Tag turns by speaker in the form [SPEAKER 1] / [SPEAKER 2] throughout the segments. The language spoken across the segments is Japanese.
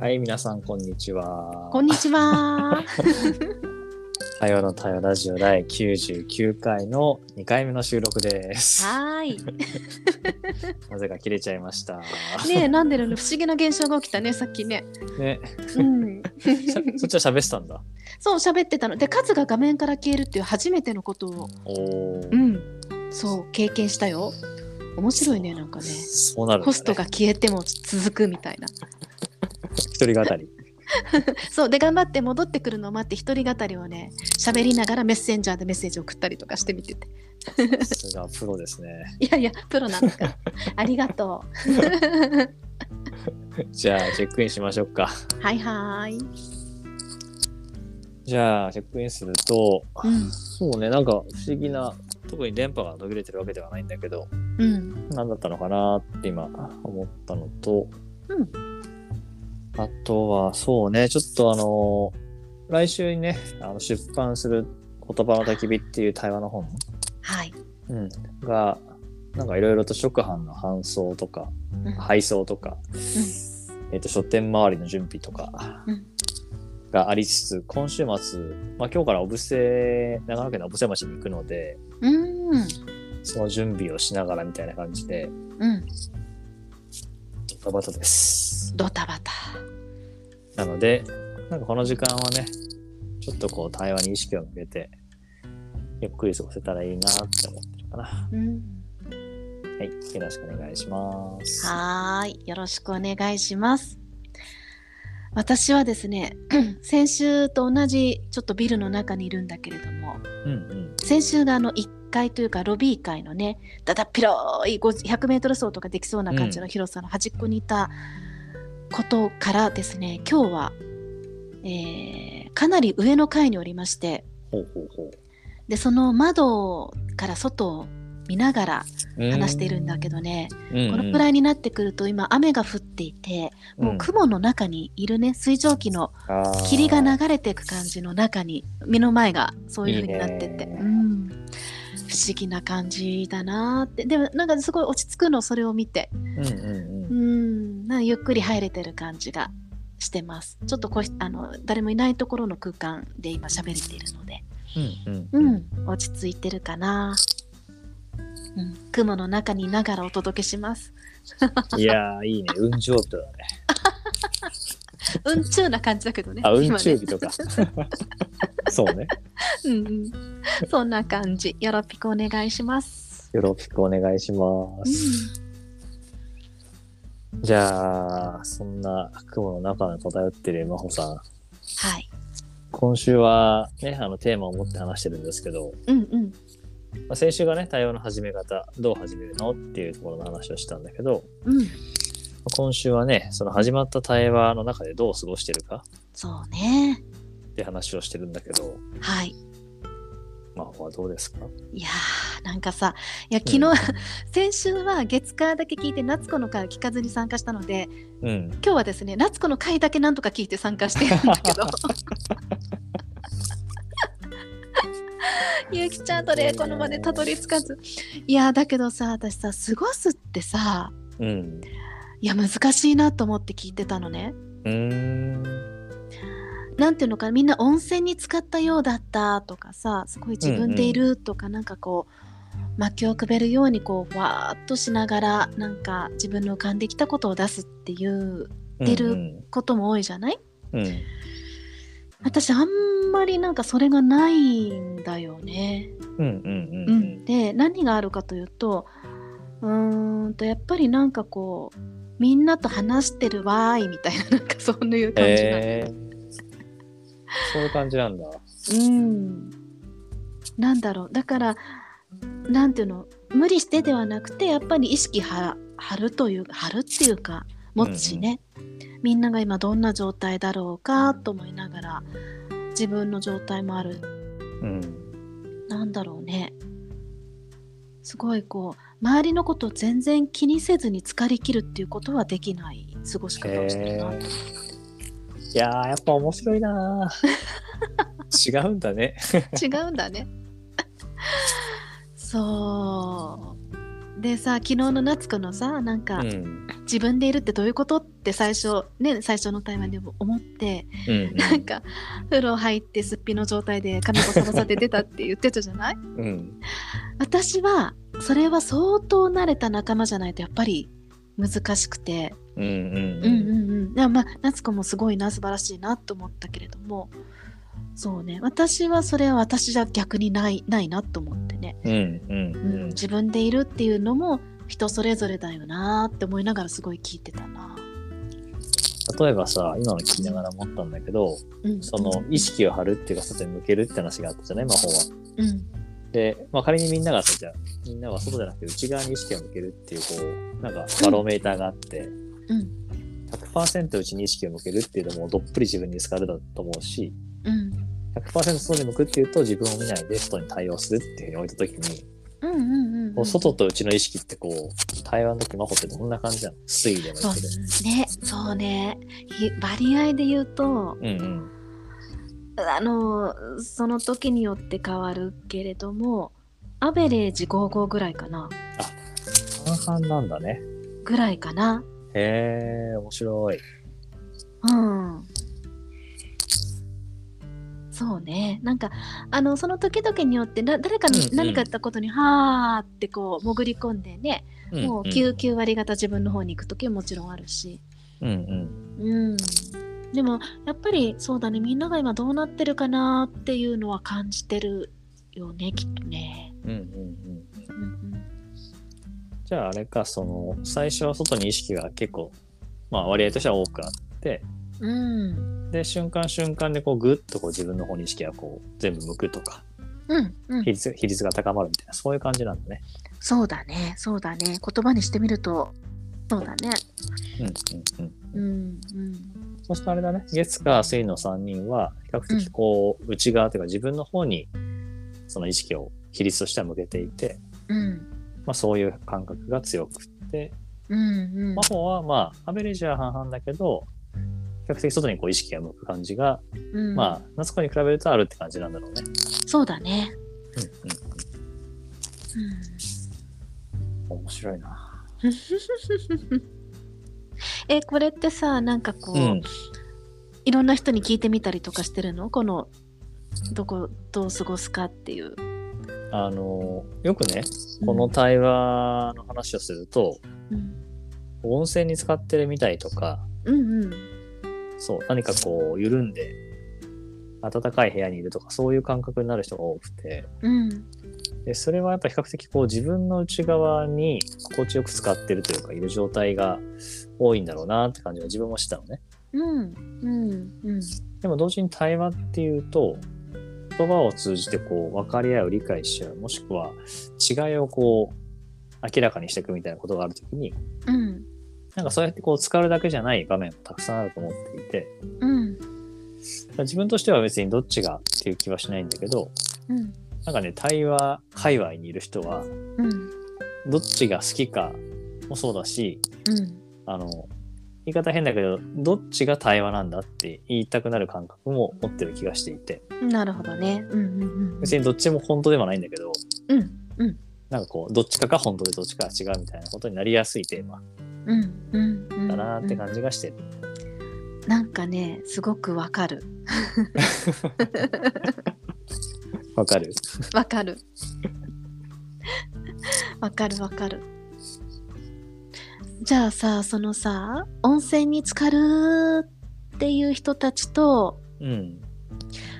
[SPEAKER 1] はい、皆さん、こんにちは。
[SPEAKER 2] こんにち は。
[SPEAKER 1] たよのたよラジオ第99回の2回目の収録です。
[SPEAKER 2] はーい。
[SPEAKER 1] なぜか切れちゃいました。
[SPEAKER 2] ねえ、なんでだろう不思議な現象が起きたね、さっきね。
[SPEAKER 1] ね、
[SPEAKER 2] うん。
[SPEAKER 1] しゃそっちは喋ってたん だ。
[SPEAKER 2] そう、喋ってたの。で、カズが画面から消えるっていう初めてのことを、
[SPEAKER 1] おお、
[SPEAKER 2] うん。そう、経験したよ。面白いね、なんかね。
[SPEAKER 1] そうなるんだ、ね。
[SPEAKER 2] ホストが消えても続くみたいな。
[SPEAKER 1] 一人語り。
[SPEAKER 2] そう、で、頑張って戻ってくるのを待って、一人語りをね、喋りながらメッセンジャーでメッセージ送ったりとかしてみてて。
[SPEAKER 1] さすがプロですね。
[SPEAKER 2] いやいや、プロなんだ から。ありがと
[SPEAKER 1] じゃあ、チェックインしましょうか。
[SPEAKER 2] う。はいはーい。
[SPEAKER 1] じゃあ、チェックインすると、
[SPEAKER 2] うん
[SPEAKER 1] そうね、なんか不思議な、特に電波が途切れてるわけではないんだけど、
[SPEAKER 2] うん。
[SPEAKER 1] 何だったのかなって今思ったのと、
[SPEAKER 2] うん
[SPEAKER 1] あとはそうねちょっとあの来週にねあの出版する「言葉の焚き火」っていう対話の本、
[SPEAKER 2] はい。
[SPEAKER 1] うん、がなんかいろいろと食飯の搬送とか
[SPEAKER 2] うん
[SPEAKER 1] 配送とか、えっと書店周りの準備とか
[SPEAKER 2] うん
[SPEAKER 1] がありつつ今週末、まあ、今日から小布施長野県の小布施町に行くので
[SPEAKER 2] うん。
[SPEAKER 1] その準備をしながらみたいな感じで
[SPEAKER 2] うん。
[SPEAKER 1] ドタバタです。
[SPEAKER 2] ドタバタ。
[SPEAKER 1] なので、なんかこの時間はね、ちょっとこう対話に意識を向けて、ゆっくり過ごせたらいいなって思ってるかな。は
[SPEAKER 2] うん。
[SPEAKER 1] い、よろしくお願いします。
[SPEAKER 2] はーい、よろしくお願いします。私はですね、 先週と同じちょっとビルの中にいるんだけれども、
[SPEAKER 1] うん
[SPEAKER 2] 先週があの1階というかロビー階のね、だだっ広い50 100メートル走とかできそうな感じの広さの端っこにいたことからですね、今日は、えーかなり上の階におりまして、
[SPEAKER 1] うん。ほうほうほ
[SPEAKER 2] でその窓から外を見ながら
[SPEAKER 1] う。
[SPEAKER 2] 話しているんだけどね、
[SPEAKER 1] うん、
[SPEAKER 2] このくら
[SPEAKER 1] い、
[SPEAKER 2] いになってくると今雨が降っていて、もう雲の中にいるね水蒸気の霧が
[SPEAKER 1] な
[SPEAKER 2] 流れていく感じの中に目の前がそういう風になってて
[SPEAKER 1] いいね
[SPEAKER 2] うん、不思議な感じだなーってでもなんかすごい落ち着くのそれを見て、
[SPEAKER 1] うんうん
[SPEAKER 2] う
[SPEAKER 1] うん。
[SPEAKER 2] ん、なんかゆっくり入れてる感じがしてますちょっとこうあの誰もいないところの空間で今喋れているので
[SPEAKER 1] うん
[SPEAKER 2] う
[SPEAKER 1] うん。
[SPEAKER 2] ん、落ち着いてるかな。うん、雲の中にいながらお届けします。
[SPEAKER 1] いやー、いいね。運上日だね。
[SPEAKER 2] うんちゅうな感じだけどね。
[SPEAKER 1] あ、運
[SPEAKER 2] 今
[SPEAKER 1] 中
[SPEAKER 2] ね
[SPEAKER 1] 日 とか。そうね。
[SPEAKER 2] うんうん、そんな感じ。よろぴくお願いします。
[SPEAKER 1] よろしくお願いします。じゃあ、そんな雲の中で漂ってる真帆さん。
[SPEAKER 2] はい。
[SPEAKER 1] 今週はね、あのテーマを持って話してるんですけど、
[SPEAKER 2] うんうん。
[SPEAKER 1] まあ、先週がね、対話の始め方、どう始めるのっていうところの話をしたんだけど、
[SPEAKER 2] うん。
[SPEAKER 1] 今週はね、その始まった対話の中でどう過ごしてるか
[SPEAKER 2] そうね。
[SPEAKER 1] って話をしてるんだけど、
[SPEAKER 2] はい。
[SPEAKER 1] まあ、どうですか
[SPEAKER 2] いやーなんかさいや昨日、
[SPEAKER 1] うん
[SPEAKER 2] 先週は月火だけ聞いて夏子の回を聞かずに参加したので
[SPEAKER 1] うん。
[SPEAKER 2] 今日はですね夏子の回だけなんとか聞いて参加してるんだけ どゆうきちゃんと玲子のまでたどり着かずいやだけどさ私さ過ごすってさ
[SPEAKER 1] うん。
[SPEAKER 2] いや難しいなと思って聞いてたのね
[SPEAKER 1] うーん。
[SPEAKER 2] なんていうのかなみんな温泉に浸かったようだったとかさすごい自分でいるとか、なんかこう薪をくべるようにこうわーっとしながらなんか自分の浮かんできたことを出すっていう出る
[SPEAKER 1] うん
[SPEAKER 2] ことも多いじゃない
[SPEAKER 1] うん。
[SPEAKER 2] 私あんまりなんかそれがないんだよね。
[SPEAKER 1] うん。うん。
[SPEAKER 2] う、
[SPEAKER 1] うんん。
[SPEAKER 2] で何があるかというとうーんとやっぱりなんかこうみんなと話してるわーいみたいななんかそういう感じが、
[SPEAKER 1] えー。そういう感じなんだ。
[SPEAKER 2] うんなんだろうだからなんていうの無理してではなくてやっぱり意識は張るという張るっていうか持つしね、みんなが今どんな状態だろうかと思いながら自分の状態もある
[SPEAKER 1] うん。
[SPEAKER 2] なんだろうねすごいこう周りのことを全然気にせずに疲れ切るっていうことはできない過ごし方をしてる
[SPEAKER 1] へ
[SPEAKER 2] な、
[SPEAKER 1] ーいやー、やっぱ面白いな ー違うんだね。
[SPEAKER 2] 違うんだねそうでさ昨日の夏子のさなんか
[SPEAKER 1] うん。
[SPEAKER 2] 「自分でいるってどういうことって最初ね最初の対話でも思って
[SPEAKER 1] うんうん
[SPEAKER 2] なんか風呂入ってすっぴんの状態で髪ボサボサで出たって言ってたじゃない
[SPEAKER 1] うん
[SPEAKER 2] 私はそれは相当慣れた仲間じゃないとやっぱり難しくて
[SPEAKER 1] うんうん
[SPEAKER 2] う
[SPEAKER 1] うん
[SPEAKER 2] うんんうんでもまあ夏子もすごいな素晴らしいなと思ったけれどもそうね私はそれは私じゃ逆にないないなと思ってね、
[SPEAKER 1] うんう
[SPEAKER 2] うんん、自分でいるっていうのも人それぞれだよなって思いながらすごい聞いてたな。
[SPEAKER 1] 例えばさ今の聞きながら思ったんだけど
[SPEAKER 2] うん、
[SPEAKER 1] その意識を張るっていうか外に向けるって話があったじゃない魔法は。
[SPEAKER 2] うん
[SPEAKER 1] で、まあ、仮にみんながさじゃあみんなは外じゃなくて内側に意識を向けるっていうこうなんかバロメーターがあって
[SPEAKER 2] うん
[SPEAKER 1] 100%内に意識を向けるっていうのもどっぷり自分に疲れだと思うし
[SPEAKER 2] うん
[SPEAKER 1] 100%外に向くっていうと自分を見ないで外に対応するっていうふうに置いた時に
[SPEAKER 2] うんうんうん
[SPEAKER 1] こう外と内の意識ってこう対話の時魔法ってどんな感じなの推移でもい
[SPEAKER 2] そう
[SPEAKER 1] いけど。
[SPEAKER 2] ねそうねひ割合で言うと
[SPEAKER 1] うんうん
[SPEAKER 2] あのその時によって変わるけれどもアベレージ55ぐらいかな
[SPEAKER 1] 半々なんだね。
[SPEAKER 2] ぐらいかな
[SPEAKER 1] へえ面白い。
[SPEAKER 2] うんそうねなんかあのその時々によってな誰か
[SPEAKER 1] うん
[SPEAKER 2] に
[SPEAKER 1] うん
[SPEAKER 2] 何かやったことに、はーってこう潜り込んでね、もう
[SPEAKER 1] 急
[SPEAKER 2] 9、9割方自分の方に行く時ももちろんあるし、
[SPEAKER 1] うんうん、
[SPEAKER 2] うん、でもやっぱりそうだねみんなが今どうなってるかなっていうのは感じてるよねきっとね。
[SPEAKER 1] うんうんうん。
[SPEAKER 2] うん
[SPEAKER 1] じゃああれかその最初は外に意識が結構まあ割合としては多くあって
[SPEAKER 2] うん
[SPEAKER 1] で瞬間瞬間でこうグッとこう自分の方に意識がこう全部向くとか
[SPEAKER 2] うんうん
[SPEAKER 1] 比、率比率が高まるみたいなそういう感じなんだね。
[SPEAKER 2] そうだねそうだね言葉にしてみるとそうだね
[SPEAKER 1] うんうんうん。
[SPEAKER 2] うんうん
[SPEAKER 1] そしてあれだね月火水の3人は比較的こう、内側というか自分の方にその意識を比率としては向けていて、
[SPEAKER 2] うん
[SPEAKER 1] まあ、そういう感覚が強くって
[SPEAKER 2] うんうん
[SPEAKER 1] 魔法はまあアベレージは半々だけど比較的外にこう意識が向く感じが、
[SPEAKER 2] うん
[SPEAKER 1] まあ夏子に比べるとあるって感じなんだろうね。
[SPEAKER 2] そうだね
[SPEAKER 1] うん
[SPEAKER 2] うん
[SPEAKER 1] うん、面白いな。
[SPEAKER 2] えこれってさなんかこ
[SPEAKER 1] う
[SPEAKER 2] う、
[SPEAKER 1] ん、
[SPEAKER 2] いろんな人に聞いてみたりとかしてるのこのどこどう過ごすかっていう。
[SPEAKER 1] あのよくねこの対話の話をすると、
[SPEAKER 2] うん
[SPEAKER 1] 温泉に使ってるみたいとか
[SPEAKER 2] うんうん
[SPEAKER 1] そう何かこう緩んで暖かい部屋にいるとかそういう感覚になる人が多くて
[SPEAKER 2] うん
[SPEAKER 1] でそれはやっぱ比較的こう自分の内側に心地よく使ってるというかいる状態が多いんだろうなって感じは自分もしてたのね。
[SPEAKER 2] うんうんうん
[SPEAKER 1] でも同時に対話っていうと言葉を通じてこう分かり合う理解し合うもしくは違いをこう明らかにしていくみたいなことがあるときに
[SPEAKER 2] うん
[SPEAKER 1] なんかそうやってこう使うだけじゃない場面もたくさんあると思っていて
[SPEAKER 2] うん
[SPEAKER 1] 自分としては別にどっちがっていう気はしないんだけど
[SPEAKER 2] うん
[SPEAKER 1] なんかね対話界隈にいる人は
[SPEAKER 2] うん
[SPEAKER 1] どっちが好きかもそうだし
[SPEAKER 2] うん
[SPEAKER 1] あの言い方変だけどどっちが対話なんだって言いたくなる感覚も持ってる気がしていて
[SPEAKER 2] なるほどね。うんうん
[SPEAKER 1] 別にどっちも本当ではないんだけど
[SPEAKER 2] うんうん
[SPEAKER 1] なんかこう、どっちかが本当でどっちかが違うみたいなことになりやすいテーマ
[SPEAKER 2] うんうんうん
[SPEAKER 1] だなって感じがしてる。
[SPEAKER 2] なんかねすごくわかる
[SPEAKER 1] わかる
[SPEAKER 2] わかるわかるわかるじゃあさそのさ温泉に浸かるっていう人たちと
[SPEAKER 1] うん。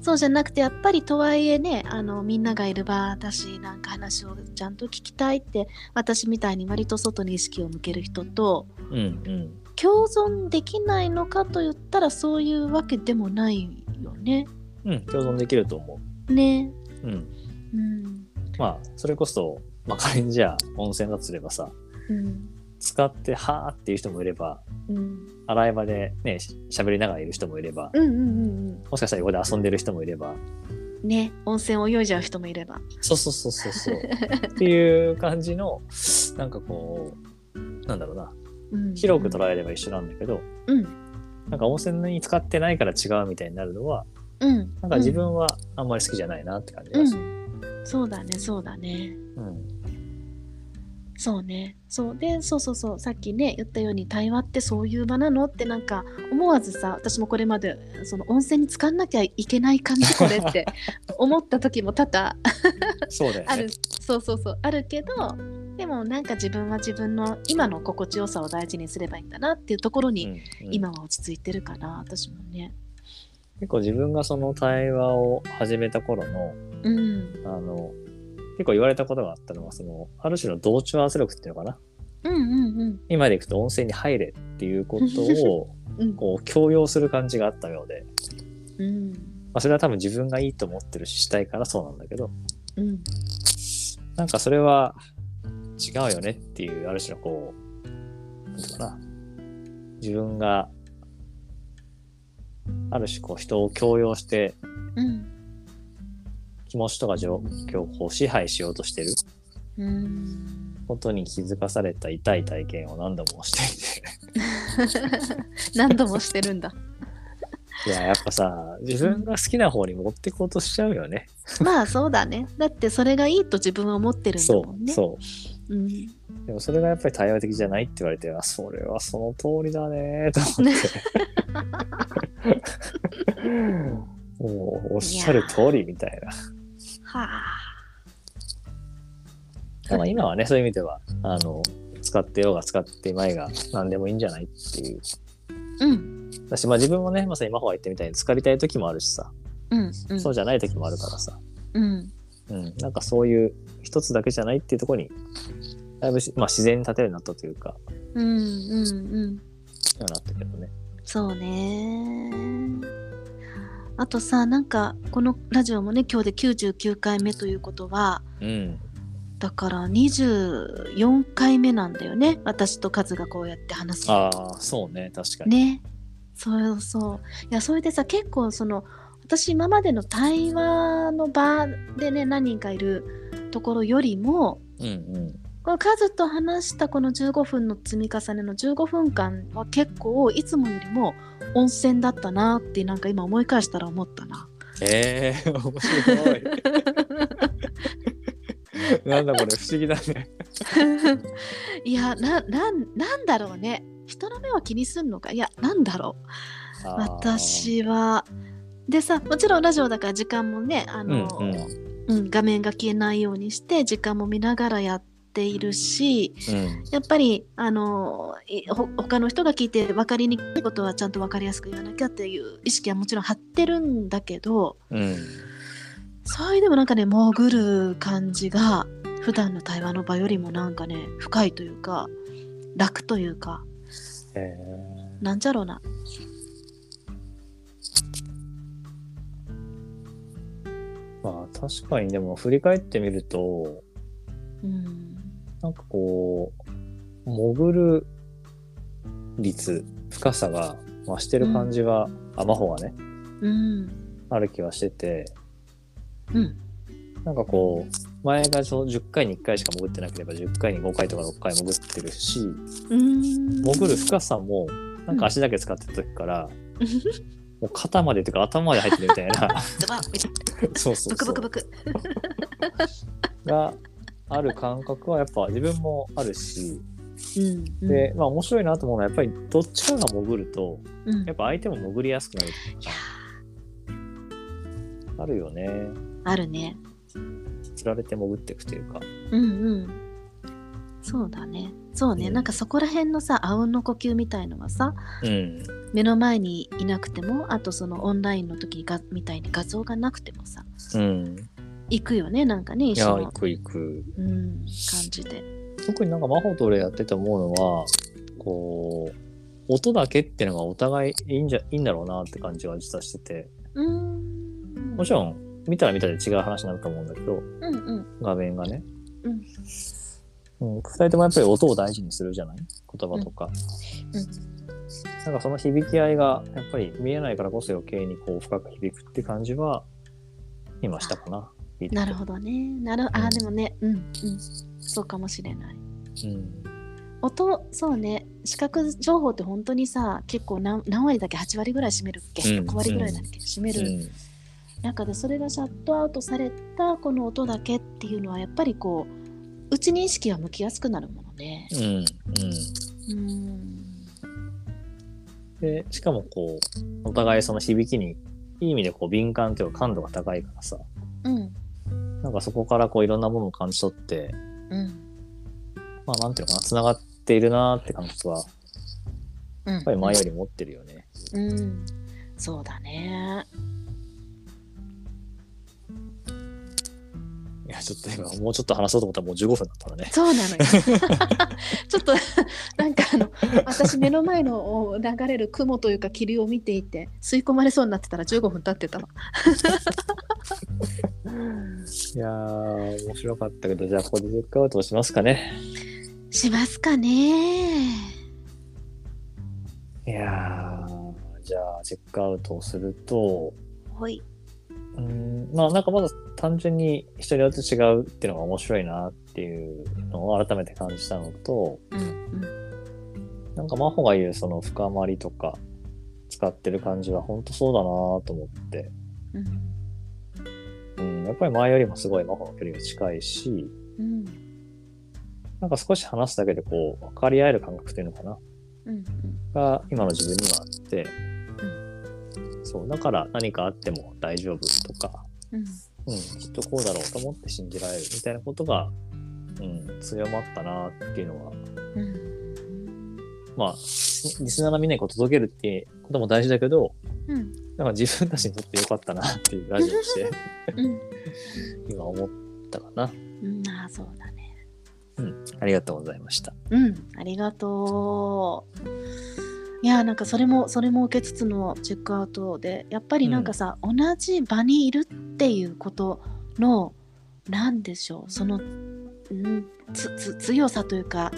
[SPEAKER 2] そうじゃなくてやっぱりとはいえねあのみんながいる場だしなんか話をちゃんと聞きたいって私みたいに割と外に意識を向ける人と
[SPEAKER 1] うんうん。
[SPEAKER 2] 共存できないのかと言ったらそういうわけでもないよね。
[SPEAKER 1] うん、共存できると思
[SPEAKER 2] ね。
[SPEAKER 1] う。うん。
[SPEAKER 2] うん
[SPEAKER 1] まあ、それこそ、まあ、仮にじゃあ、温泉だとすればさ、
[SPEAKER 2] うん
[SPEAKER 1] 使って、はーっていう人もいれば、
[SPEAKER 2] うん
[SPEAKER 1] 洗い場でね、し喋りながらいる人もいれば、
[SPEAKER 2] うんうんうん
[SPEAKER 1] もしかしたら横で遊んでる人もいれば、
[SPEAKER 2] うんね温泉泳いじゃう人もいれば。
[SPEAKER 1] そうそうそうそう そう。っていう感じの、なんかこう、なんだろうな、
[SPEAKER 2] うん
[SPEAKER 1] 広く捉えれば一緒なんだけど、
[SPEAKER 2] うん
[SPEAKER 1] なんか温泉に使ってないから違うみたいになるのは、
[SPEAKER 2] うん
[SPEAKER 1] なんか自分はあんまり好きじゃないなって感じ
[SPEAKER 2] う
[SPEAKER 1] が
[SPEAKER 2] ん
[SPEAKER 1] する。
[SPEAKER 2] うんそうだねそうだね。
[SPEAKER 1] うん。
[SPEAKER 2] そうねそうでそうそうそうさっきね言ったように対話ってそういう場なのってなんか思わずさ私もこれまでその温泉に浸かんなきゃいけない 感じこれって思った時も多々
[SPEAKER 1] そうだよね。
[SPEAKER 2] あるそうそうそうあるけどでもなんか自分は自分の今の心地よさを大事にすればいいんだなっていうところ
[SPEAKER 1] う
[SPEAKER 2] に
[SPEAKER 1] んうん
[SPEAKER 2] 今は落ち着いてるかな私もね。
[SPEAKER 1] 結構自分がその対話を始めた頃の
[SPEAKER 2] うん
[SPEAKER 1] あの結構言われたことがあったのはそのある種の同調圧力っていうのかな
[SPEAKER 2] うんうんうん
[SPEAKER 1] 今でいくと温泉に入れっていうことを
[SPEAKER 2] うん
[SPEAKER 1] こう強要する感じがあったようで、
[SPEAKER 2] うん
[SPEAKER 1] まあ、それは多分自分がいいと思ってるししたいからそうなんだけど
[SPEAKER 2] うん
[SPEAKER 1] なんかそれは違うよねっていうある種のこうなんていうのかな自分がある種こう人を強要して
[SPEAKER 2] うん
[SPEAKER 1] 気持ちとか状況をこう支配しようとしてる
[SPEAKER 2] うん
[SPEAKER 1] ことに気づかされた痛い体験を何度もしていて
[SPEAKER 2] 何度もしてるんだ。
[SPEAKER 1] いややっぱさ自分が好きな方に持ってこうとしちゃうよね
[SPEAKER 2] まあそうだね。だってそれがいいと自分は思ってるんだ
[SPEAKER 1] そ
[SPEAKER 2] もん
[SPEAKER 1] う
[SPEAKER 2] ね。
[SPEAKER 1] そ
[SPEAKER 2] うん、
[SPEAKER 1] うでもそれがやっぱり対話的じゃないって言われてあそれはその通りだねと思 ってもうおっしゃる通りみたいな
[SPEAKER 2] は
[SPEAKER 1] まあ今はねそういう意味ではあの使ってようが使ってまいが何でもいいんじゃないっていう
[SPEAKER 2] うん
[SPEAKER 1] だしまあ自分もねまさに真帆が言ってみたいに使いたい時もあるしさ
[SPEAKER 2] うんうん
[SPEAKER 1] そうじゃない時もあるからさ
[SPEAKER 2] うん
[SPEAKER 1] うん、なんかそういう一つだけじゃないっていうところにだいぶし、まあ、自然に立てるようになったというかよ
[SPEAKER 2] うんうんうん
[SPEAKER 1] うになったけどね。
[SPEAKER 2] そうねあとさなんかこのラジオもね今日で99回目ということは
[SPEAKER 1] うん、
[SPEAKER 2] だから24回目なんだよね私とカズがこうやって話すの
[SPEAKER 1] ああそうね確かに。
[SPEAKER 2] ねそうそういやそれでさ結構その私今までの対話の場でね何人かいるところよりも
[SPEAKER 1] うんうん、
[SPEAKER 2] このカズと話したこの15分の積み重ねの15分間は結構いつもよりも温泉だったなってなんか今思い返したら思ったな。
[SPEAKER 1] ええ面白い。なんだこれ不思議だね。
[SPEAKER 2] いやななんなんだろうね人の目を気にすんのかいやなんだろう
[SPEAKER 1] あー。
[SPEAKER 2] 私はでさもちろんラジオだから時間もねあ
[SPEAKER 1] うん
[SPEAKER 2] の、
[SPEAKER 1] うん
[SPEAKER 2] うん、画面が消えないようにして時間も見ながらやっているし
[SPEAKER 1] うん
[SPEAKER 2] やっぱりあのいほ他の人が聞いて分かりにくいことはちゃんと分かりやすく言わなきゃっていう意識はもちろん張ってるんだけど
[SPEAKER 1] うん
[SPEAKER 2] そういうでもなんかね潜る感じが普段の対話の場よりもなんかね深いというか楽というか
[SPEAKER 1] ええ
[SPEAKER 2] なんじゃろうな
[SPEAKER 1] まあ確かにでも振り返ってみると
[SPEAKER 2] うん
[SPEAKER 1] なんかこう潜る率深さが増してる感じは、あマホがね
[SPEAKER 2] うん
[SPEAKER 1] ある気はしてて
[SPEAKER 2] うん
[SPEAKER 1] なんかこう前がそう10回に1回しか潜ってなければ10回に5回とか6回潜ってるし
[SPEAKER 2] うん
[SPEAKER 1] 潜る深さもなんか足だけ使ってた時から、もう肩までというか頭まで入ってるみたいな
[SPEAKER 2] ズバッみたいな
[SPEAKER 1] そうそ
[SPEAKER 2] ブ
[SPEAKER 1] う
[SPEAKER 2] ク
[SPEAKER 1] そ
[SPEAKER 2] ブクブ
[SPEAKER 1] う
[SPEAKER 2] ク
[SPEAKER 1] がある感覚はやっぱ自分もあるし
[SPEAKER 2] うんうん
[SPEAKER 1] でまあ面白いなと思うのはやっぱりどっちかが潜ると
[SPEAKER 2] うん
[SPEAKER 1] やっぱ相手も潜りやすくなる
[SPEAKER 2] いや
[SPEAKER 1] あるよね
[SPEAKER 2] あるね
[SPEAKER 1] 釣られて潜っていくというか
[SPEAKER 2] うんうんそうだねそうね、
[SPEAKER 1] うん
[SPEAKER 2] なんかそこら辺のさあうんの呼吸みたいのはさ
[SPEAKER 1] うん
[SPEAKER 2] 目の前にいなくてもあとそのオンラインの時にがみたいに画像がなくてもさ
[SPEAKER 1] うん
[SPEAKER 2] 行くよねなんかね
[SPEAKER 1] い
[SPEAKER 2] 一
[SPEAKER 1] や
[SPEAKER 2] 緒
[SPEAKER 1] 行
[SPEAKER 2] の、
[SPEAKER 1] く行く
[SPEAKER 2] うん、感じで
[SPEAKER 1] 特になんか真帆と俺やってて思うのはこう音だけっていうのがお互いいいんじゃいいんだろうなって感じは実はしてて
[SPEAKER 2] うーん
[SPEAKER 1] もちろん見たら見たで違う話になると思うんだけど
[SPEAKER 2] うんうん
[SPEAKER 1] 画面がね
[SPEAKER 2] うん
[SPEAKER 1] うん、2人ともやっぱり音を大事にするじゃない言葉とか、なんかその響き合いがやっぱり見えないからこそ余計にこう深く響くって感じは今したかな。
[SPEAKER 2] なるほどねなる
[SPEAKER 1] う
[SPEAKER 2] あ
[SPEAKER 1] ん
[SPEAKER 2] でもねうんうんそうかもしれない
[SPEAKER 1] うん
[SPEAKER 2] 音そうね視覚情報って本当にさ結構何何割だっけ8割ぐらい占めるっけ、
[SPEAKER 1] うん
[SPEAKER 2] 6割ぐらいだっけ占める、
[SPEAKER 1] うん
[SPEAKER 2] 中でそれがシャットアウトされたこの音だけっていうのはやっぱりこう内に意識が向きやすくなるものね。
[SPEAKER 1] うんうん、
[SPEAKER 2] うん
[SPEAKER 1] でしかもこうお互いその響きにいい意味でこう敏感というか感度が高いからさ
[SPEAKER 2] うん
[SPEAKER 1] なんかそこからこういろんなものを感じ取って
[SPEAKER 2] うん
[SPEAKER 1] まあなんていうのかな繋がっているなーって感覚はやっ
[SPEAKER 2] うんやっ
[SPEAKER 1] ぱり前より持ってるよね。
[SPEAKER 2] うん、そうだね。
[SPEAKER 1] いやちょっと今もうちょっと話そうと思ったらもう15分だったらね。
[SPEAKER 2] そうなのよ。ちょっとなんかあの私目の前の流れる雲というか霧を見ていて吸い込まれそうになってたら15分経ってた
[SPEAKER 1] い
[SPEAKER 2] の。
[SPEAKER 1] やー面白かったけどじゃあここでチェックアウトをしますかね。
[SPEAKER 2] しますかね。
[SPEAKER 1] いやーじゃあチェックアウトをすると
[SPEAKER 2] ほい。
[SPEAKER 1] うーんまあなんかまだ単純に人によって違うっていうのが面白いなっていうのを改めて感じたのと
[SPEAKER 2] うんうん
[SPEAKER 1] なんか真帆が言うその深まりとか使ってる感じは本当そうだなと思って、
[SPEAKER 2] うん
[SPEAKER 1] うん、やっぱり前よりもすごい真帆の距離が近いし
[SPEAKER 2] うん
[SPEAKER 1] なんか少し話すだけでこう分かり合える感覚っていうのかな
[SPEAKER 2] うん
[SPEAKER 1] が今の自分にはあって、そうだから何かあっても大丈夫とか
[SPEAKER 2] うん
[SPEAKER 1] うん、きっとこうだろうと思って信じられるみたいなことが、うん、強まったなっていうのは、
[SPEAKER 2] うん
[SPEAKER 1] まあ、リスナーのみんなにこう届けるっていうことも大事だけど、
[SPEAKER 2] うん
[SPEAKER 1] なんか自分たちにとって良かったなっていうラジオをして
[SPEAKER 2] うん
[SPEAKER 1] 今思ったかな。
[SPEAKER 2] うんあーそうだね。
[SPEAKER 1] ありがとうございました。
[SPEAKER 2] うん、ありがとう。いやーなんかそれもそれも受けつつのチェックアウトでやっぱりなんかさ、同じ場にいるっていうことのなんでしょうそのんつつ強さというか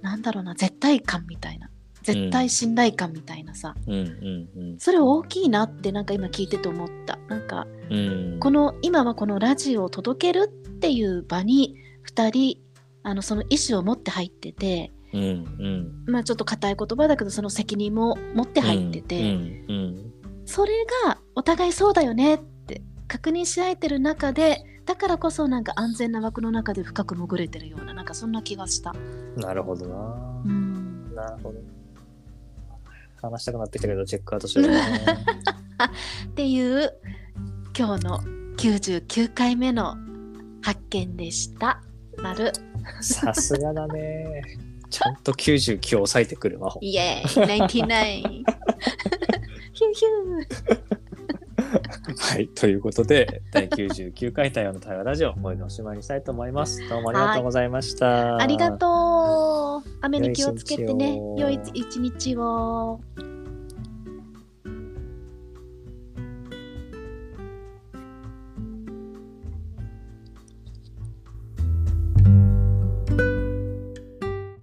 [SPEAKER 2] なんだろうな絶対感みたいな絶対信頼感みたいなさ、
[SPEAKER 1] うんうん
[SPEAKER 2] それ大きいなってなんか今聞いてて思ったなんか
[SPEAKER 1] うん。うん、
[SPEAKER 2] この今はこのラジオを届けるっていう場に2人あのその意思を持って入ってて。
[SPEAKER 1] うんうん、
[SPEAKER 2] まあちょっと硬い言葉だけどその責任も持って入ってて、
[SPEAKER 1] うんうん
[SPEAKER 2] それがお互いそうだよねって確認し合えてる中でだからこそなんか安全な枠の中で深く潜れてるようななんかそんな気がした。
[SPEAKER 1] うん。なるほどな
[SPEAKER 2] う。ん、
[SPEAKER 1] なるほど。話したくなってきたけど、チェックアウトしよう かな。
[SPEAKER 2] っていう今日の99回目の発見でした。なる
[SPEAKER 1] さすがだね。ちゃんと99を抑えてくる魔法。
[SPEAKER 2] イエー イ99 ヒューヒュ
[SPEAKER 1] はい。ということで、第99回太陽の対話ラジオ、これでおしまいにしたいと思います。どうもありがとうございました。
[SPEAKER 2] ーありがとう雨に気をつけてね良い一日を。
[SPEAKER 1] う。